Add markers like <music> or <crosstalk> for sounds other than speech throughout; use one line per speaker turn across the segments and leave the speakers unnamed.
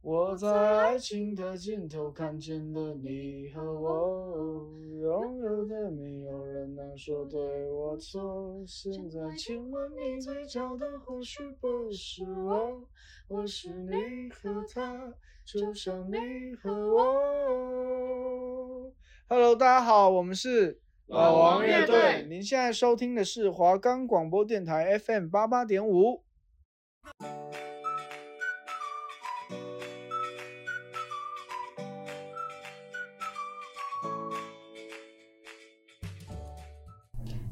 我在爱情的尽头看见了你和我，拥有的没有人能说对我错。现在请问你最找的或许不是我，我是你和他，就像你和我。Hello，大家好，我们是
老王乐
队
您现在收听的是华冈广播电台 FM 八八点五。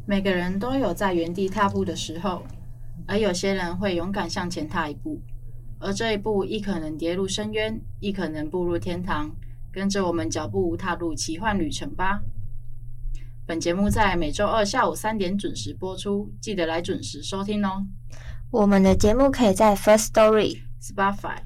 每个人都有在原地踏步的时候，而有些人会勇敢向前踏一步，而这一步亦可能跌入深渊，亦可能步入天堂。跟着我们脚步踏入奇幻旅程吧！本节目在每周二下午三点准时播出，记得来准时收听哦。
我们的节目可以在 First Story、
Spotify、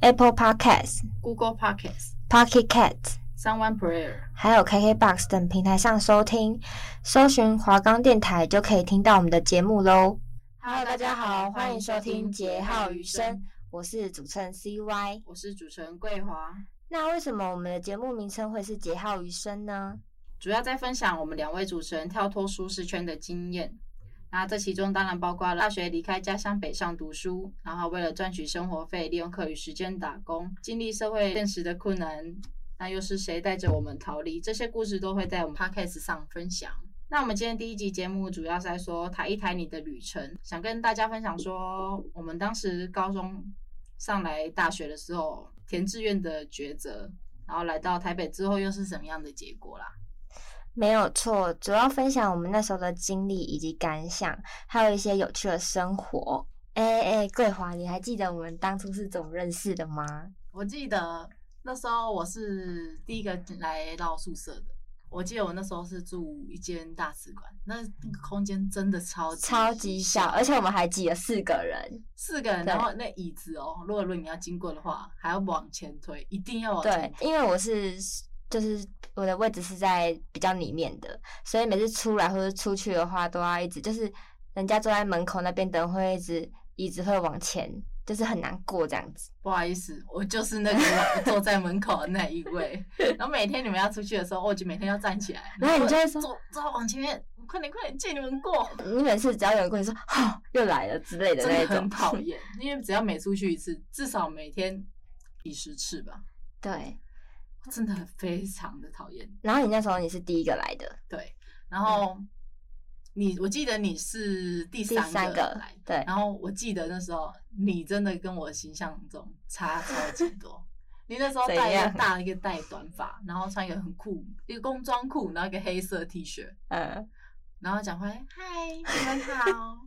Apple Podcasts、
Google Podcasts、
Pocket Casts，
Someone Prayer，
还有 KKBox 等平台上收听，搜寻华冈电台就可以听到我们的节目喽。Hello，大家好，欢迎收听《杰浩余生》，我是主持人 CY。
我是主持人桂华，
那为什么我们的节目名称会是《杰浩余生》呢？
主要在分享我们两位主持人跳脱舒适圈的经验。那这其中当然包括了大学离开家乡北上读书，然后为了赚取生活费，利用课余时间打工，经历社会现实的困难。那又是谁带着我们逃离？这些故事都会在我们 podcast 上分享。那我们今天第一集节目主要是在说谈一谈你的旅程，想跟大家分享说，我们当时高中上来大学的时候填志愿的抉择，然后来到台北之后又是什么样的结果啦？
没有错，主要分享我们那时候的经历以及感想，还有一些有趣的生活。哎哎，桂华，你还记得我们当初是怎么认识的吗？
我记得那时候我是第一个来到宿舍的。我记得我那时候是住一间大使馆，那那个空间真的超级
超级小，而且我们还挤了四个人，
四个人，
对
然后那椅子哦，如果如果你要经过的话，还要往前推，一定要往前
对
推。，
因为我是就是我的位置是在比较里面的，所以每次出来或者出去的话，都要一直就是人家坐在门口那边等，会一直椅子会往前，就是很难过这样子。
不好意思，我就是那个坐在门口的那一位。
<laughs>
然后每天你们要出去的时候，我就每天要站起来，
然后你就会
走
说
走往前面，快点快点，借你们过，
你每次只要有人过，你说“哦，又来了”之类的
真
那一
的
种
很，讨厌。因为只要每出去一次，至少每天几十次吧，
对。
真的非常的讨厌。
然后你那时候你是第一个来的，
对，然后你，我记得你是第
第
三
三
个
个
来，
对，
然后我记得那时候你真的跟我形象中差超级多。你那时候戴
<laughs> 怎
一
样
个大一个戴短发，然后穿一个很酷一个工装裤，然后一个黑色 T 恤，
嗯，
然后讲话，嗨，你们好。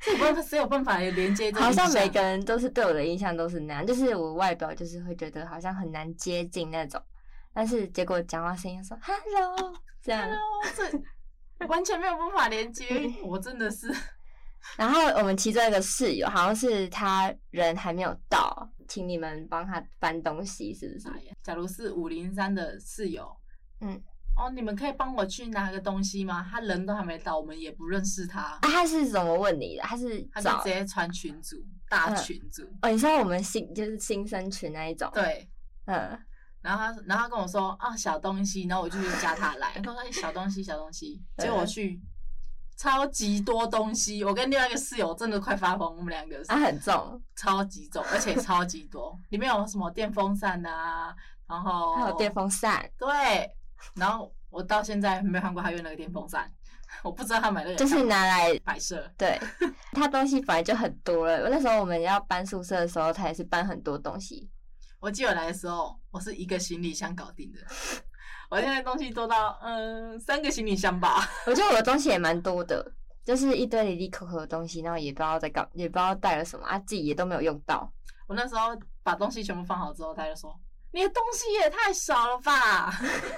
这有办法，谁有办法连接这个
好
印
像
象？
每个人都是对我的印象都是那样，就是我外表就是会觉得好像很难接近那种，但是结果讲话声音说 “hello” 这样
Hello，
<laughs>
这完全没有办法连接。我真的是，
然后我们其中一个室友好像是他人还没有到，请你们帮他搬东西，是不是？
假如是五零三的室友，
嗯，
哦，你们可以帮我去拿个东西吗？他人都还没到，我们也不认识他，
啊，他是怎么问你的？他是
他就
找
直接传群组，大
嗯
群组，
哦，你说我们新就是新生群那一种，，
对，
嗯，
然后他，然后他跟我说啊，小东西，然后我就去加他来，他跟我说、哎小东西，小东西，结
嗯
果我去，超级多东西，我跟另外一个室友真的快发疯，我们两个
他、啊很重，
超级重，而且超级多，里面有什么电风扇啊，然后
还有电风扇，
对，然后我到现在没有看过他用那个电风扇，我不知道他买那个
就是拿来
摆设， <laughs>
对，他东西本来就很多了。那时候我们要搬宿舍的时候，他也是搬很多东西。
我记得我来的时候，我是一个行李箱搞定的， <laughs> 我现在东西多到嗯三个行李箱吧。
我觉得我的东西也蛮多的，就是一堆里里口口的东西，然后也不知道在搞，也不知道带了什么啊，自己也都没有用到。
我那时候把东西全部放好之后，他就说：“你的东西也太少了吧 <laughs>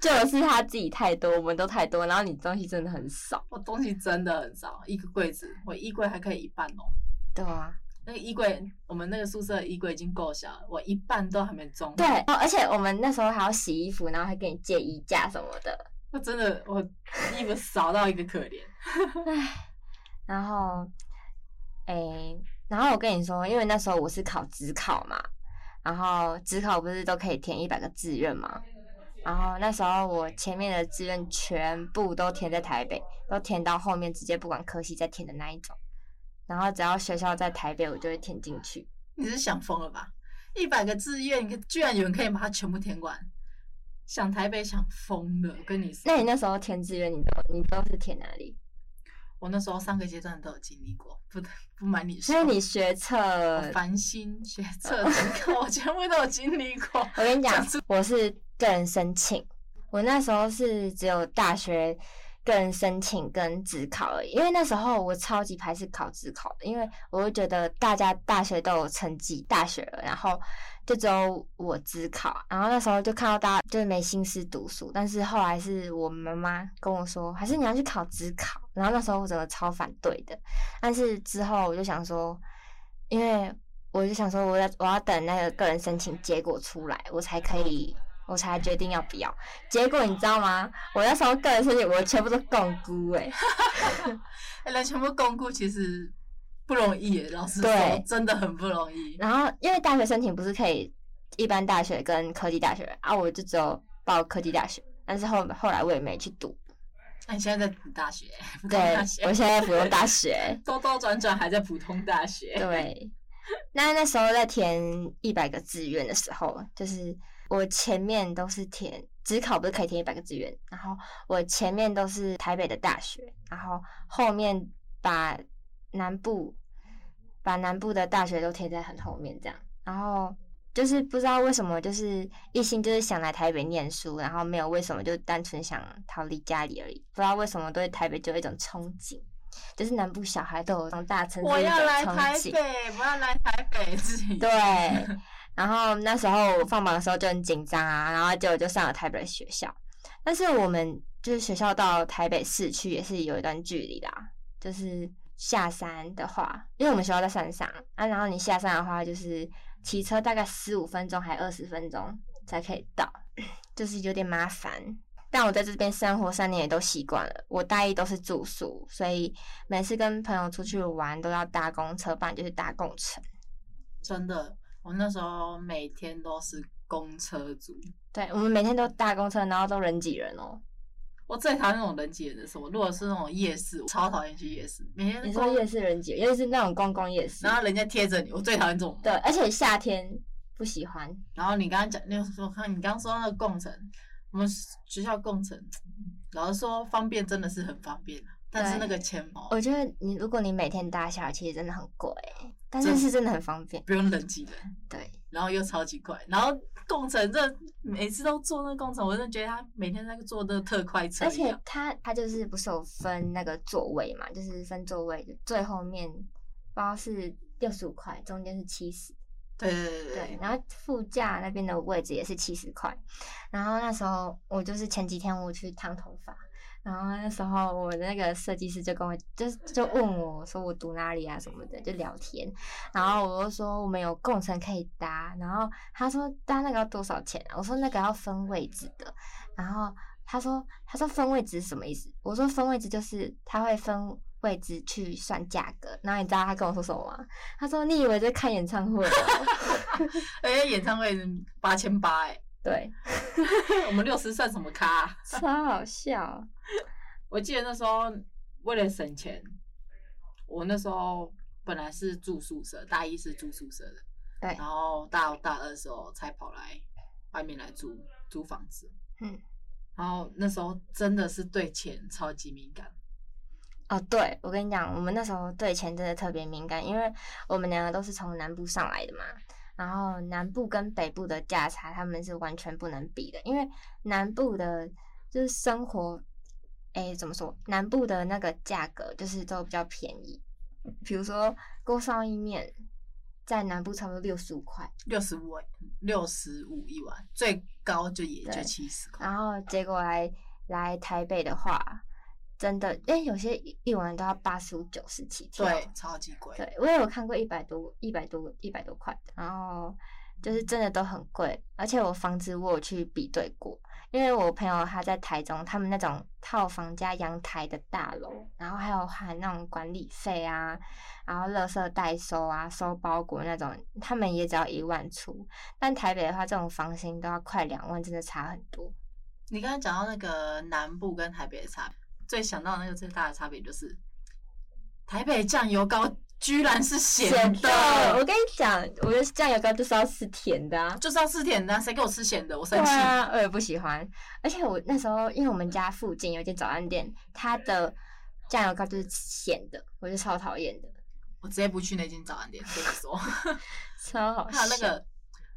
就是他自己太多，我们都太多，然后你东西真的很少。！”
我东西真的很少，一个柜子，我衣柜还可以一半哦。
对啊，
那个衣柜，我们那个宿舍的衣柜已经够小了，我一半都还没装。
对，哦，而且我们那时候还要洗衣服，然后还给你借衣架什么的。
我真的我衣服少到一个可怜。
然后，诶、然后我跟你说，因为那时候我是考职考嘛，然后职考不是都可以填一百个志愿嘛，然后那时候我前面的志愿全部都填在台北，都填到后面直接不管科系再填的那一种。然后只要学校在台北，我就会填进去。
你是想疯了吧？一百个志愿，你居然有人可以把它全部填完，想台北想疯了，跟你说。
那你那时候填志愿，你都你都是填哪里？
我那时候三个阶段都有经历过，不得不瞒你
所以
说，
你学测，
我烦心学
<laughs>
测这个，我全部都有经历过。
我跟你讲，我是个人申请，我那时候是只有大学个人申请跟职考而已，因为那时候我超级排斥考职考的，因为我会觉得大家大学都有成绩，大学了，然后就只有我职考，然后那时候就看到大家就是没心思读书，但是后来是我妈妈跟我说，还是你要去考职考，然后那时候我整个超反对的，但是之后我就想说，因为我就想说，我要我要等那个个人申请结果出来，我才可以，我才决定要不要。结果你知道吗？我那时候个人申请，我全部都共估欸诶、
来哎全部巩固其实不容易耶，老师说
对
真的很不容易。
然后因为大学申请不是可以一般大学跟科技大学啊，我就只有报科技大学，但是后后来我也没去读。
那你现在在读大学，普通
对
大学，。
我现在不用大学
兜兜转转还在普通大学。
对，那那时候在填一百个志愿的时候，就是我前面都是填只考，不是可以填一百个志愿，然后我前面都是台北的大学，然后后面把南部把南部的大学都填在很后面这样，然后。就是不知道为什么，就是一心就是想来台北念书，然后没有为什么，就单纯想逃离家里而已。不知道为什么对台北就有一种憧憬，就是南部小孩都有那种大城市
我
的一
要
种
来
憧
台
憬
北，我要来台北，自己 <laughs>
对，然后那时候我放榜的时候就很紧张啊，然后结果就上了台北的学校，但是我们就是学校到台北市区也是有一段距离的啊、就是下山的话，因为我们学校在山上啊，然后你下山的话就是骑车大概十五分钟还二十分钟才可以到， <coughs> 就是有点麻烦。但我在这边生活三年也都习惯了。我大一都是住宿，所以每次跟朋友出去玩都要搭公车，不然就是搭共乘。
真的，我那时候每天都是公车族。
对，我们每天都搭公车，然后都人挤人哦。
我最讨厌那种人挤人的时候，如果是那种夜市，我超讨厌去夜市，每天
你说
逛
夜市人挤人，尤其是那种观光夜市
然，后人家贴着你，我最讨厌这种。
对，而且夏天不喜欢。
然后你刚刚讲，那个时候看你刚刚说那个共乘，我们学校共乘，老实说方便真的是很方便啊，但是那
对
个钱哦，
我觉得你如果你每天搭小，其实真的很贵，但
真
是
的
是真的很方便。
不用人挤人，
对，
然后又超级快，然后共乘这每次都坐那个共乘，我真的觉得他每天在坐那个特快车
而
一
且
样，
它它就是不是有分那个座位嘛，就是分座位，就最后面不知道是六十五块，中间是七十。
对对对对
对
对，，
然后副驾那边的位置也是七十块。然后那时候我就是前几天我去烫头发，然后那时候我的那个设计师就跟我就是就问我说我读哪里啊什么的，就聊天。然后我就说我们有共乘可以搭，然后他说搭那个要多少钱啊？我说那个要分位置的，然后他说他说分位置是什么意思？我说分位置就是他会分。位置去算价格，然后你知道他跟我说什么吗？他说：“你以为在看演唱会、哦？”
而且演唱会八千八哎，
对，
<laughs> 我们六十算什么咖啊、
超好笑。
我记得那时候为了省钱，我那时候本来是住宿舍，大一是住宿舍的，
对
然后到大二的时候才跑来外面来租租房子，
嗯，
然后那时候真的是对钱超级敏感，
哦，对，我跟你讲，我们那时候对钱真的特别敏感，因为我们两个都是从南部上来的嘛。然后南部跟北部的价差，他们是完全不能比的，因为南部的就是生活，哎，怎么说？南部的那个价格就是都比较便宜，比如说锅烧意面，在南部差不多六十五块，
六十五六十五一晚，最高就也就
对
七十块，
然后结果来来台北的话，真的，哎，有些一一碗都要八十五、九十起跳。
对，超级贵，
对，我也有看过一百多、一百多、一百多块的，然后就是真的都很贵，而且我房子我有去比对过，因为我朋友他在台中，他们那种套房加阳台的大楼，然后还有还那种管理费啊，然后垃圾代收啊、收包裹那种，他们也只要一万出。但台北的话，这种房型都要快两万，真的差很多。
你刚才讲到那个南部跟台北的差别，最想到那个最大的差别就是，台北酱油膏居然是咸
咸
的，
我跟你讲，我觉得酱油膏就是要吃甜的啊。
就是要吃甜的啊，谁给我吃咸的，我
对
生气。
啊，我也不喜欢。而且我那时候，因为我们家附近有一间早餐店，它的酱油膏就是咸的，我就超讨厌的，
我直接不去那间早餐店，跟你说。 <laughs>
超好笑。
还有那个，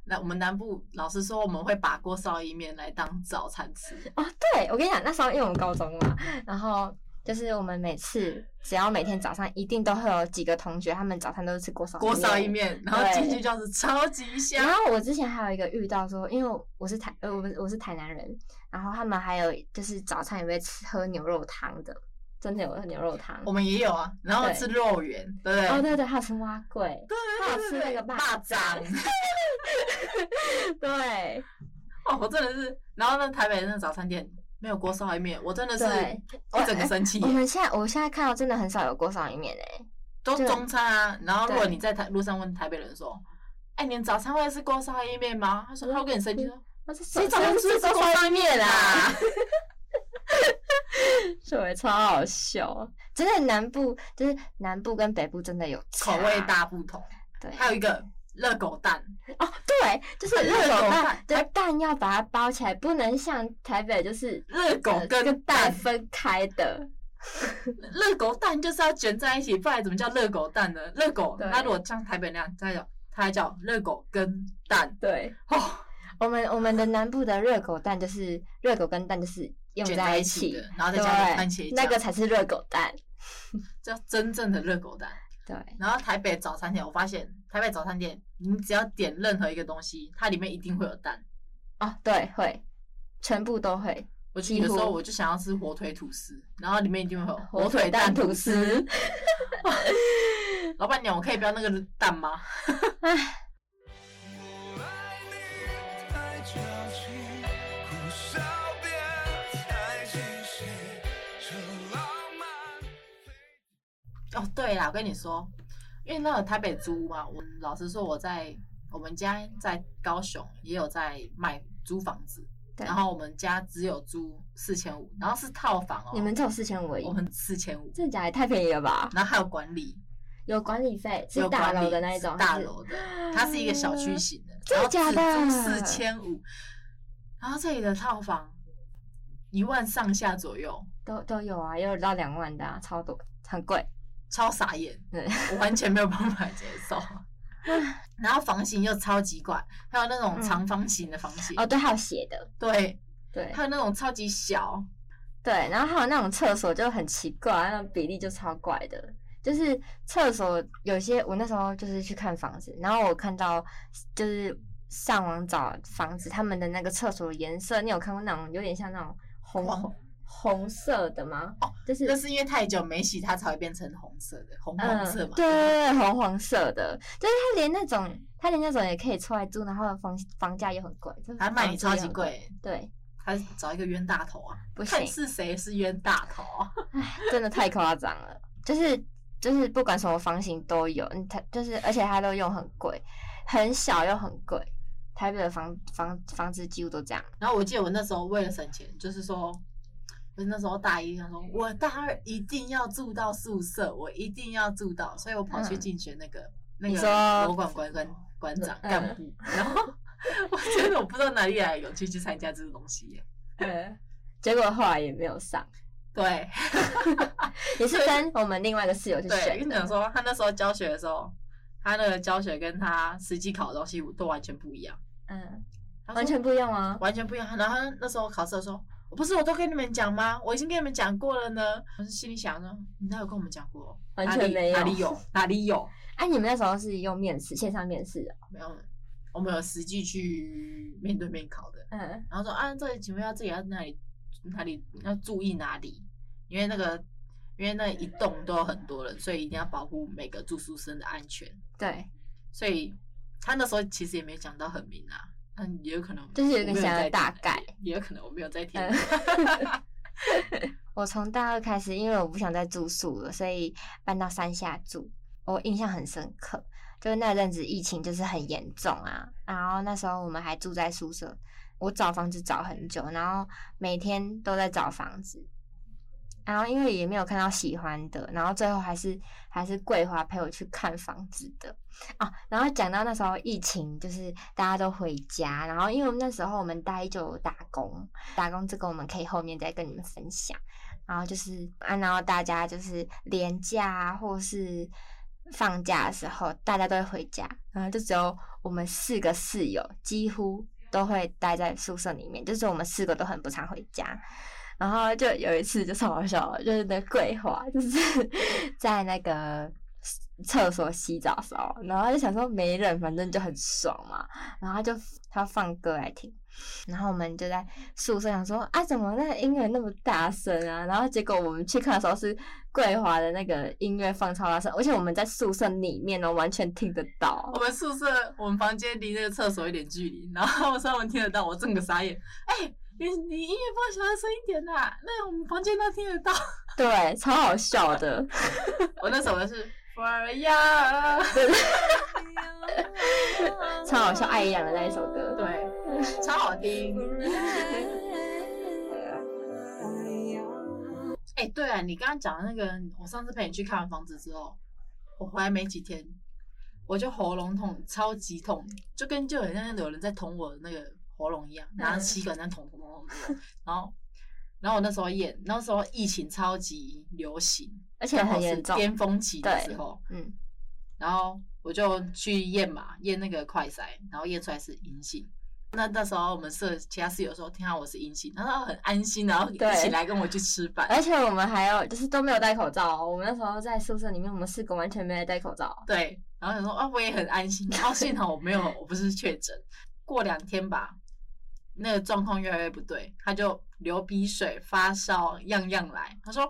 那我们南部老师说我们会把锅烧意面来当早餐吃，
哦，对，我跟你讲，那时候因为我们高中嘛，然后就是我们每次只要每天早上一定都会有几个同学，他们早餐都是吃锅烧
锅烧意。面，然后
对
进去教室超级香
然。后我之前还有一个遇到说，因为我是台呃我们我是台南人，然后他们还有就是早餐也会吃喝牛肉汤的，真的有喝牛肉汤。
我们也有啊，然后
对
吃肉圆，对不对？
哦对对，还有吃蛙桂，还有
对
吃那个
霸
霸掌，
<laughs>
对
哦，我真的是，然后那台北那个早餐店没有锅烧意面，我真的是
对。
一整个生气
我，们现在我现在看到真的很少有锅烧意面哎，
都
对
中餐啊。然后如果
对
你在台路上问台北人说，哎，你们早餐会是锅烧意面吗？他说他会跟你生气说，
我是
谁早上吃
锅
锅
烧
烧
意
意
面
面
啦？
啊？
对，超好笑，真的南部就是南部跟北部真的有
口
差
味，大不同。
对，
还有一个热狗蛋，
哦，对，就是
热
热狗
狗
蛋
蛋，
对蛋要把它包起来，不能像台北就是
热狗
呃
跟
蛋
蛋，
分开的，
热狗蛋就是要卷在一起，不然怎么叫热狗蛋呢？热狗，
对
那如果像台北那样，它叫它还叫热狗跟蛋
对，
哦，
我们我们的南部的热狗蛋就是热狗跟蛋就是用
卷
在
在
一
一
起
起的，，然后再
对
加点番茄，
那
酱，
个才是热狗蛋，
叫真正的热狗蛋。
对，
然后台北早餐店，我发现台北早餐店，你只要点任何一个东西，它里面一定会有蛋。
哦，对，会，全部都会，
我去的时
几
候，
乎
我就想要吃火腿吐司，然后里面一定会有
嗯火腿蛋吐
<laughs>
司。
老板娘，我可以不要那个蛋吗？
我爱你太矫情，苦笑变太清晰，这浪漫。
哦，对啦，我跟你说，因为那个台北租屋嘛，我老实说，我在我们家在高雄也有在卖租房子，
对
然后我们家只有租四千五，然后是套房哦，
你们只有四千五而已
我，们四千五，
真的假的？太便宜了吧？
然后还有管理，
有管理费，是
有
大
管理
楼的那一种，
是大
还是啊
楼的，它是一个小区型的，
真的假的
四千五，然后这里的套房一万上下左右，
都都有啊，也有到两万的、啊，超多，很贵。
超傻眼，
<laughs> 对，
我完全没有办法接
<laughs>
受。然后房型又超级怪，还有那种长方形的房型，
嗯哦，对，还有斜的，
对，
对
还有那种超级小，
对，然后还有那种厕所就很奇怪，那种比例就超怪的。就是厕所有些，我那时候就是去看房子，然后我看到就是上网找房子，他们的那个厕所的颜色，你有看过那种有点像那种红
黄
红色的吗？
哦，
就是
那是因为太久没洗，它才会变成红色的，红红色嘛。
嗯对对对，红黄色的，就是他连那种他连那种也可以出来租，然后房房价也很贵，就是
还卖
房
你
子也
超级
很，
贵，
对，
他找一个冤大头啊！
不行，
看是谁是冤大头啊？
真的太夸张了，就是就是不管什么房型都有，嗯，它就是而且它都用很贵，很小又很贵，台北的房房房子几乎都这样，
然后我记得我那时候为了省钱，就是说，我那时候大一，想说我大二一定要住到宿舍，我一定要住到，所以我跑去
嗯
竞选那个、那
你
个
说
楼管官官馆长
嗯
干部，然后 <laughs> 我觉得我不知道哪里来的勇气去参加这个东西耶。
嗯， <laughs> 结果后来也没有上，
对
也是跟我们另外一个室友去
对，
选
院长
的，
说他那时候教学的时候，他那个教学跟他实际考的东西都完全不一样，
嗯，
他说
完全不一啊样吗？
完全不一样。然后他那时候考试的时候，我不是我都跟你们讲吗？我已经跟你们讲过了呢。我是心里想说，你哪有跟我们讲过？
完全没有
哪里有？哪里有？
哎、你们那时候是用面试线上面试哦的，
没有，我们有实际去面对面考的。
嗯。
然后说啊，这里请问要这里要哪里哪里要注意哪里？因为那个因为那一栋都有很多人，所以一定要保护每个住宿生的安全。
对，
所以他那时候其实也没讲到很明啊，嗯，也有可能，
就是有点
我没
想要
在
大嗯
听
概，
也有可能我没有在听。
我从大二开始，因为我不想再住宿了，所以搬到山下住。我印象很深刻，就是那阵子疫情就是很严重啊，然后那时候我们还住在宿舍，我找房子找很久，然后每天都在找房子，然后因为也没有看到喜欢的，然后最后还是还是桂花陪我去看房子的啊。然后讲到那时候疫情，就是大家都回家，然后因为那时候我们大一就有打工，打工这个我们可以后面再跟你们分享。然后就是啊，然后大家就是连假啊，或是放假的时候，大家都会回家，然后就只有我们四个室友几乎都会待在宿舍里面，就是我们四个都很不常回家。然后就有一次就超好笑的，就是那桂花，就是 <laughs> 在那个厕所洗澡的时候，然后就想说没人，反正就很爽嘛，然后他就他放歌来听，然后我们就在宿舍想说啊，怎么那个音乐那么大声啊？然后结果我们去看的时候是桂华的那个音乐放超大声，而且我们在宿舍里面呢完全听得到
我。们宿舍，我们房间离那个厕所有点距离，然后我说我们听得到，我整个傻眼。哎、你你音乐放小声一点呐、那我们房间都听得到。
对，超好笑的。
我那首歌是 For You，
<laughs> 超好笑，艾怡良的那一首歌。，
对，超好听。哎、对啊，你刚刚讲的那个，我上次陪你去看完房子之后，我回来没几天，我就喉咙痛，超级痛，就跟就很像有人在捅我的那个喉咙一样，拿
嗯
吸管在捅捅捅捅捅，然后，然后我那时候也那时候疫情超级流行，
而且很严重。
巅峰期的时
对
候，
嗯，
然后我就去验嘛，验那个快筛，然后验出来是阴性。那那时候我们社其他室友说，听到我是阴性，他说哦很安心，然后一
对哎
起来跟我去吃饭。
而且我们还有就是都没有戴口罩、哦，我们那时候在宿舍里面，我们四个完全没有戴口罩。
对，然后想说啊，我也很安心。然后幸好我没有，我不是确诊。过两天吧，那个状况越来越不对，他就流鼻水、发烧，样样来。他说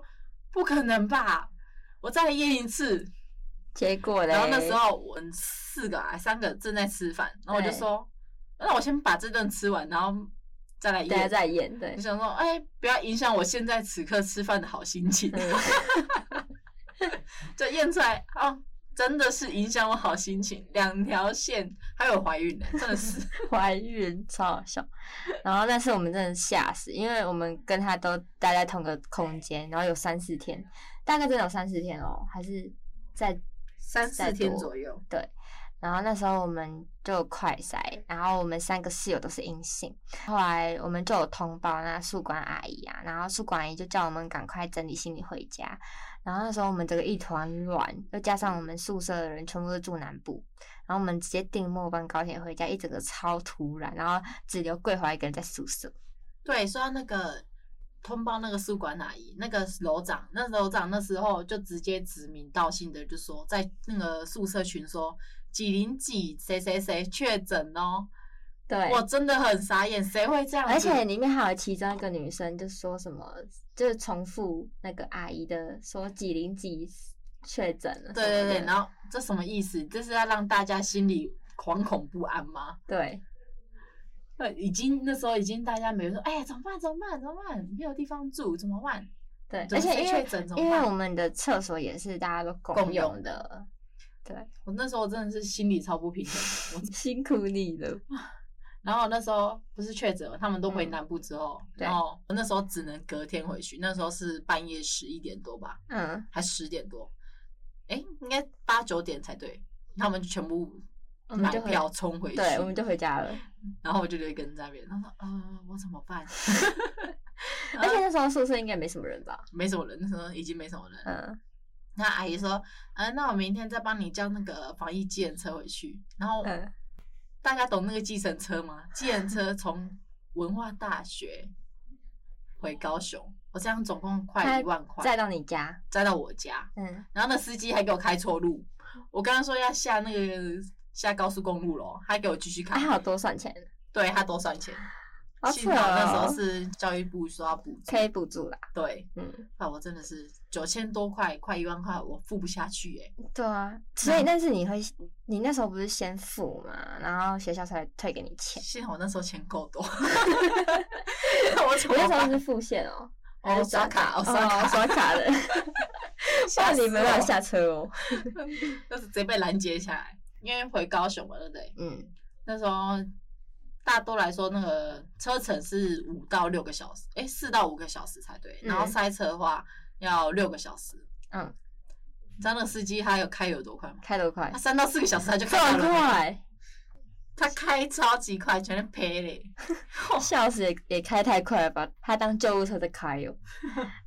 不可能吧，我再来验一次。
结果嘞，
然后那时候我们四个啊，三个正在吃饭，然后我就
对
说，那我先把这顿吃完，然后再来
大家
验。
在演，对
你，想说，哎、不要影响我现在此刻吃饭的好心情。
嗯
<laughs> 就验出来哦，真的是影响我好心情，两条线，还有怀孕呢、真的
<laughs>
是。
怀孕超好笑。然后那次我们真的吓死，因为我们跟他都待在同个空间，然后有三四天，大概真的有三四天哦，还是在
三四天
多
左右，
然后那时候我们就有快筛，然后我们三个室友都是阴性。后来我们就有通报那宿管阿姨啊，然后宿管阿姨就叫我们赶快整理行李回家。然后那时候我们整个一团乱，又加上我们宿舍的人全部都住南部，然后我们直接订末班高铁回家，一整个超突然，然后只留桂华一个人在宿舍。
对，说到那个通报那个宿管阿姨，那个楼长，那楼长那时候就直接指名道姓的就说，在那个宿舍群说几零几谁谁谁确诊哦，
对，
我真的很傻眼，谁会这样子？
而且里面还有其中一个女生就说什么，就是重复那个阿姨的说几零几确诊了什么
对
的。
对对，然后这什么意思？这是要让大家心里惶恐不安吗？
对。
对，已经那时候已经大家没有说，哎呀，怎么办？怎么办？怎么办？没有地方住，怎么办？
对，
怎
而
么
且
谁
因
确
为
诊怎么
因为
办
我们的厕所也是大家都
共
共
用
用的，对，
我那时候真的是心里超不平衡的。 <laughs> 我
辛苦你了。
然后那时候不是确诊了，他们都回
嗯
南部之后，
对
然后我那时候只能隔天回去。那时候是半夜十一点多吧，
嗯，
还十点多，哎，应该八九点才对。他们就全部
我们
买
就回，
票冲回去，
对，我们就回家了。
然后我就留一个人在那边。他说：“呃，我怎么办？ <laughs>
而
嗯
且那时候宿舍应该没什么人吧？
没什么人，那时候已经没什么人了。
嗯，
那阿姨说，嗯、那我明天再帮你叫那个防疫计程车回去。然后、
嗯
大家懂那个计程车吗？ <laughs> 计程车从文化大学回高雄，我这样总共快
他
一万块，
再到你家，
载到我家。
嗯，
然后那司机还给我开错路，我刚刚说要下那个下高速公路咯，还给我继续开，
啊还好多算钱，
对他多算钱。
好
幸
扯
好那时候
哦，
是教育部说要补助
<laughs> 可，以补助啦。
对，
嗯，
啊，我真的是九千多块，快一万块，我付不下去耶、
对啊，所
嗯
以但是你会，你那时候不是先付嘛，然后学校才退给你钱。
幸好我那时候钱
<laughs>
够多，那 <laughs> 我怎
我
么
那时候
办？
是付现哦，
哦
还是
刷卡哦刷卡
刷卡的，
<laughs> 吓
那
死
你没办法
我
下车哦。
就是直接被拦截下来，因为回高雄嘛，对不对？
嗯，
那时候大多来说，那个车程是五到六个小时，诶，四到五个小时才对。
嗯
然后塞车的话要六个小时。
嗯，
你知道那个司机他有开有多快吗？
开多
<laughs>
快
他？三到四个小时他就
这
开
么
到了，
<laughs> 快，
他开超级快，全是赔嘞。
笑死也也开太快了吧？他当救护车在开哦。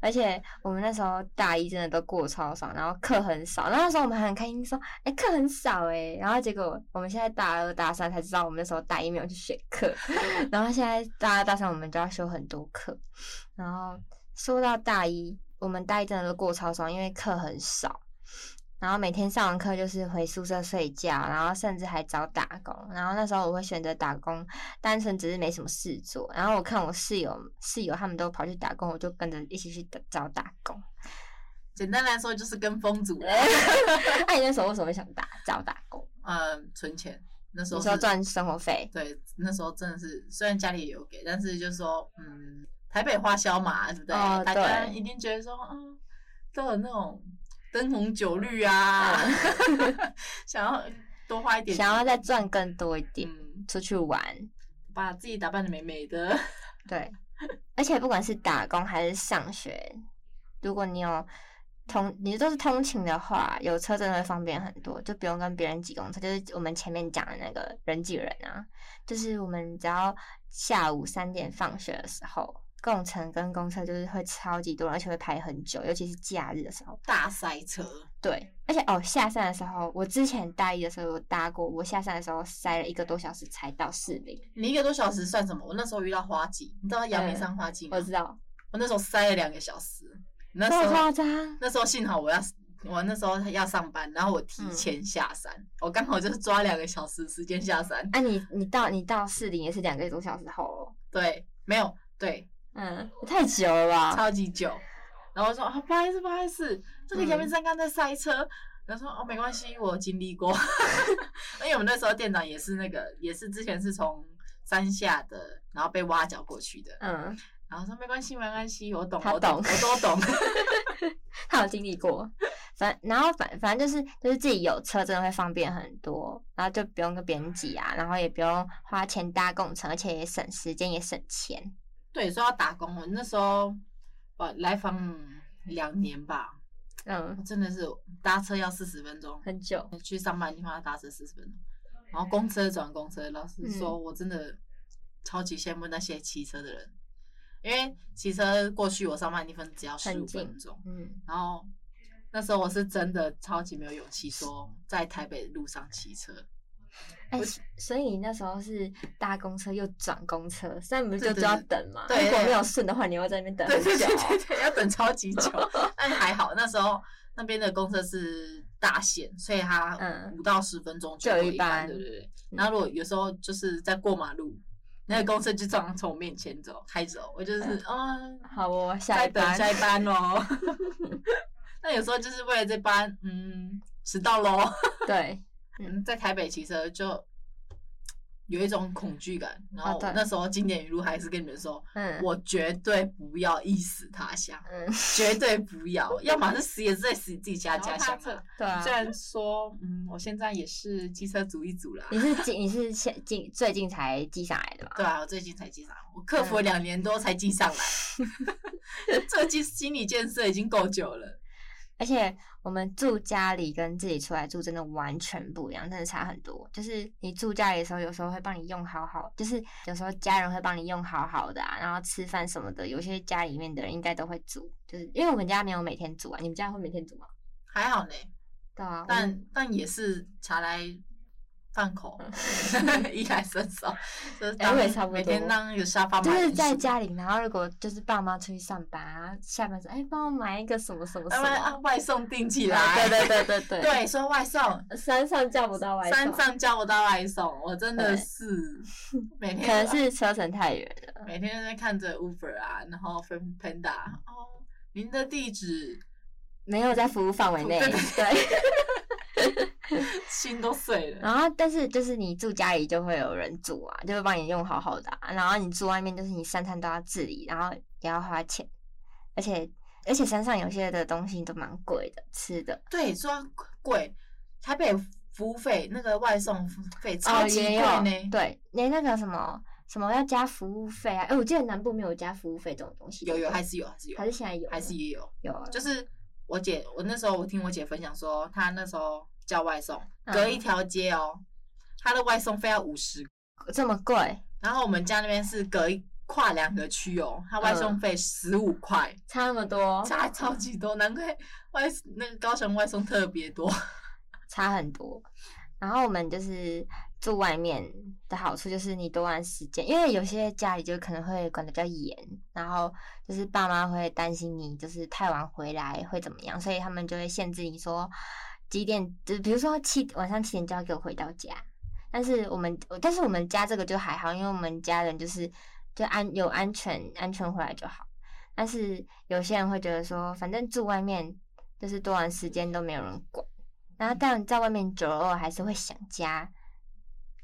而且我们那时候大一真的都过超少，然后课很少。然后那时候我们还很开心说，哎、课很少哎、然后结果我们现在大二大三才知道，我们那时候大一没有去选课，然后现在大二大三我们就要修很多课。然后说到大一，我们大一真的都过超爽，因为课很少。然后每天上完课就是回宿舍睡觉，然后甚至还找打工。然后那时候我会选择打工，单纯只是没什么事做。然后我看我室友室友他们都跑去打工，我就跟着一起去打找打工。 <laughs>
简单来说就是跟风族啦，
那你那时候为什么会想打找打工？
嗯，存钱。那时
你
候
说
是
赚生活费？
对，那时候真的是，虽然家里也有给，但是就是说，嗯，台北花销嘛，对不对？
哦
大家
对
一定觉得说，啊，都有那种灯红酒绿啊，
<laughs>
想要多花一点，
想要再赚更多一点，
嗯，
出去玩。
把自己打扮的美美的，
对，而且不管是打工还是上学，如果你有通，你都是通勤的话，有车真的会方便很多，就不用跟别人挤公车。就是我们前面讲的那个人挤人啊，就是我们只要下午三点放学的时候，共乘跟公车就是会超级多人，而且会排很久，尤其是假日的时候。
大塞车，
对，而且哦，下山的时候，我之前大一的时候有搭过，我下山的时候塞了一个多小时才到士林。
你一个多小时算什么？我那时候遇到花季，你知道阳明山花季吗？
嗯我知道，
我那时候塞了两个小时，那
这
时
么
候
夸张。
那时候幸好我要我那时候要上班，然后我
嗯
提前下山，我刚好就是抓两个小时时间下山。
啊你，你到你到士林也是两个多小时后哦。
对，没有对，
嗯，也太久了吧？
超级久。然后我说啊，不好意思，不好意思，这个
嗯
阳明山刚在塞车。然后说哦，没关系，我经历过。 <laughs> 因为我们那时候店长也是那个，也是之前是从山下的，然后被挖角过去的。
嗯，
然后说没关系，没关系，我懂，
他
我懂，
懂
我都懂。 <laughs>
他有经历过。反然后反反正就是就是自己有车真的会方便很多，然后就不用跟别人挤啊，然后也不用花钱搭共乘，而且也省时间也省钱。
对，说要打工，我那时候我来访两年吧，
嗯，
真的是搭车要四十分钟，
很久。
去上班的地方要搭车四十分钟，然后公车转公车。老实说，
嗯
我真的超级羡慕那些骑车的人，因为骑车过去我上班的地方只要十
很
五
近
分钟。
嗯，
然后那时候我是真的超级没有勇气说在台北路上骑车，
哎、
我
所所以你那时候是搭公车又转公车，所以你们
对
就
对
都要
对
等嘛？
对
如果
对
没有顺的话，你要在那边等
对
很
对
久哦
对。对对，要等超级
<laughs>
久。但还好那时候那边的公车是大线，所以它
嗯
五到十分钟
就有
有
一班
班，对对对。
嗯
然后如果有时候就是在过马路，那个公车就常常从我面前走开走，我就是啊，
好哦，嗯下
在
一
等
班。
下一
<laughs>
班哦。那有时候就是为了这班，嗯，迟到喽。
对，
嗯， <laughs> 在台北骑车就。有一种恐惧感，然后
哦对
那时候经典语录还是跟你们说，
嗯，
我绝对不要异死他乡。
嗯，
绝对不要，要么是死也是在死自己家家乡啊、
对啊。
虽然说，嗯，我现在也是机车族一
<laughs>
族啦，
你是近你是现近最近才寄上来的吧？
对啊，我最近才记上来，我克
嗯
服了两年多才记上来，
<laughs>
这心心理建设已经够久了。
而且我们住家里跟自己出来住真的完全不一样，真的差很多。就是你住家里的时候，有时候会帮你用好好，就是有时候家人会帮你用好好的啊，然后吃饭什么的，有些家里面的人应该都会煮，就是因为我们家没有每天煮啊，你们家会每天煮吗？
还好呢，
对啊，我
但
们
但也是茶来饭口，衣来伸手，就是
嗯哎
当、
我也差不多
每天当一个沙发马
就
铃薯，
是在家里，然后如果就是爸妈出去上班啊，下班说哎帮我买一个什么什么什
外外
么，
啊外送订起
对
来，
<laughs> 对对对对，
<laughs> 对，说外送，
山上叫不到外啊
山
送。
上叫不到外送，我真
对
的是
<laughs>
每天
可能是车程太远了，
啊每天在看着 Uber 啊，然后 Panda 哦，您的地址
没有在服务范围内，
<laughs> 对对
对。
心都碎了。
然后，但是就是你住家里就会有人住啊，就会帮你用好好的啊、然后你住外面，就是你三餐都要自理，然后也要花钱，而且而且山上有些的东西都蛮贵的，吃的
对，说到贵，台北服务费那个外送费超
哦
级
也
贵
有
呢。
对，连那个什么什么要加服务费啊，哎，我记得南部没有加服务费这种东西，
有有还
是
是有还是有
还是现在有
还是也有，
有啊，
就是我姐，我那时候我听我姐分享说，她那时候叫外送，
嗯
隔一条街哦，她的外送费要五十，
这么贵，
然后我们家那边是隔一跨两个区哦，她外送费十五块，
差嗯哦那么多，
差超级多，难怪外那个高雄外送特别多。 <laughs>
差很多。然后我们就是住外面的好处就是你多玩时间，因为有些家里就可能会管的比较严，然后就是爸妈会担心你就是太晚回来会怎么样，所以他们就会限制你说几点，就比如说七晚上七点就要给我回到家。但是我们，但是我们家这个就还好，因为我们家人就是就安有安全安全回来就好。但是有些人会觉得说，反正住外面就是多长时间都没有人管，然后但在外面久了，偶尔还是会想家。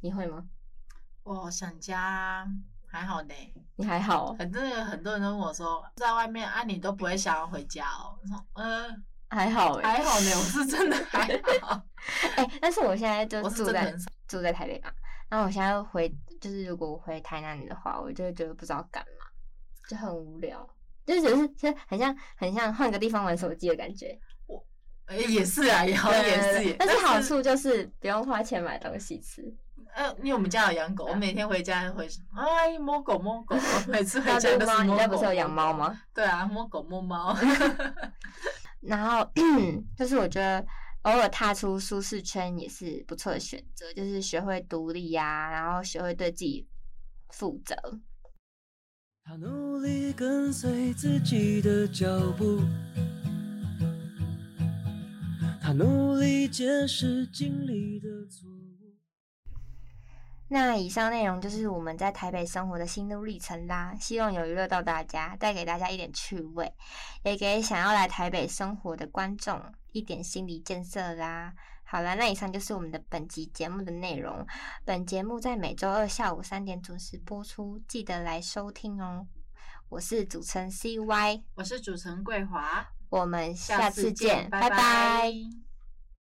你会吗？
我想家还好呢，
你还好哦，
很多人很多人都问我说，在外面啊你都不会想要回家哦，我说嗯、
还好 <laughs> 哎、
还好呢，欸我是真的还好。
哎、但是我现在就
<laughs> 我是
住
真的
在
很少
住在台北嘛，然后我现在回就是如果我回台南的话，我就会觉得不知道干嘛，就很无聊，就只是就很像很像换个地方玩手机的感觉。
哎、也是啊，也好像也是
对
也。
但是好处就是不用花钱买东西吃，
呃，因为我们家有养
嗯
狗，我每天回家会说，哎，摸狗摸狗，我每次回
那
家
撸
都
猫，
是
你
摸
家
狗。
不是有养猫？吗？
对啊，摸狗摸猫。
然后 <clears throat> 就是我觉得偶尔踏出舒适圈也是不错的选择，就是学会独立呀、然后学会对自己负责。
<laughs> 他努力跟随自己的脚步，他努力解释经历的错误。
那以上内容就是我们在台北生活的心路历程啦，希望有娱乐到大家，带给大家一点趣味，也给想要来台北生活的观众一点心理建设啦。好啦，那以上就是我们的本集节目的内容。本节目在每周二下午三点准时播出，记得来收听哦。我是主持人 CY，
我是主持人桂华，
我们下次见，
见，拜
拜拜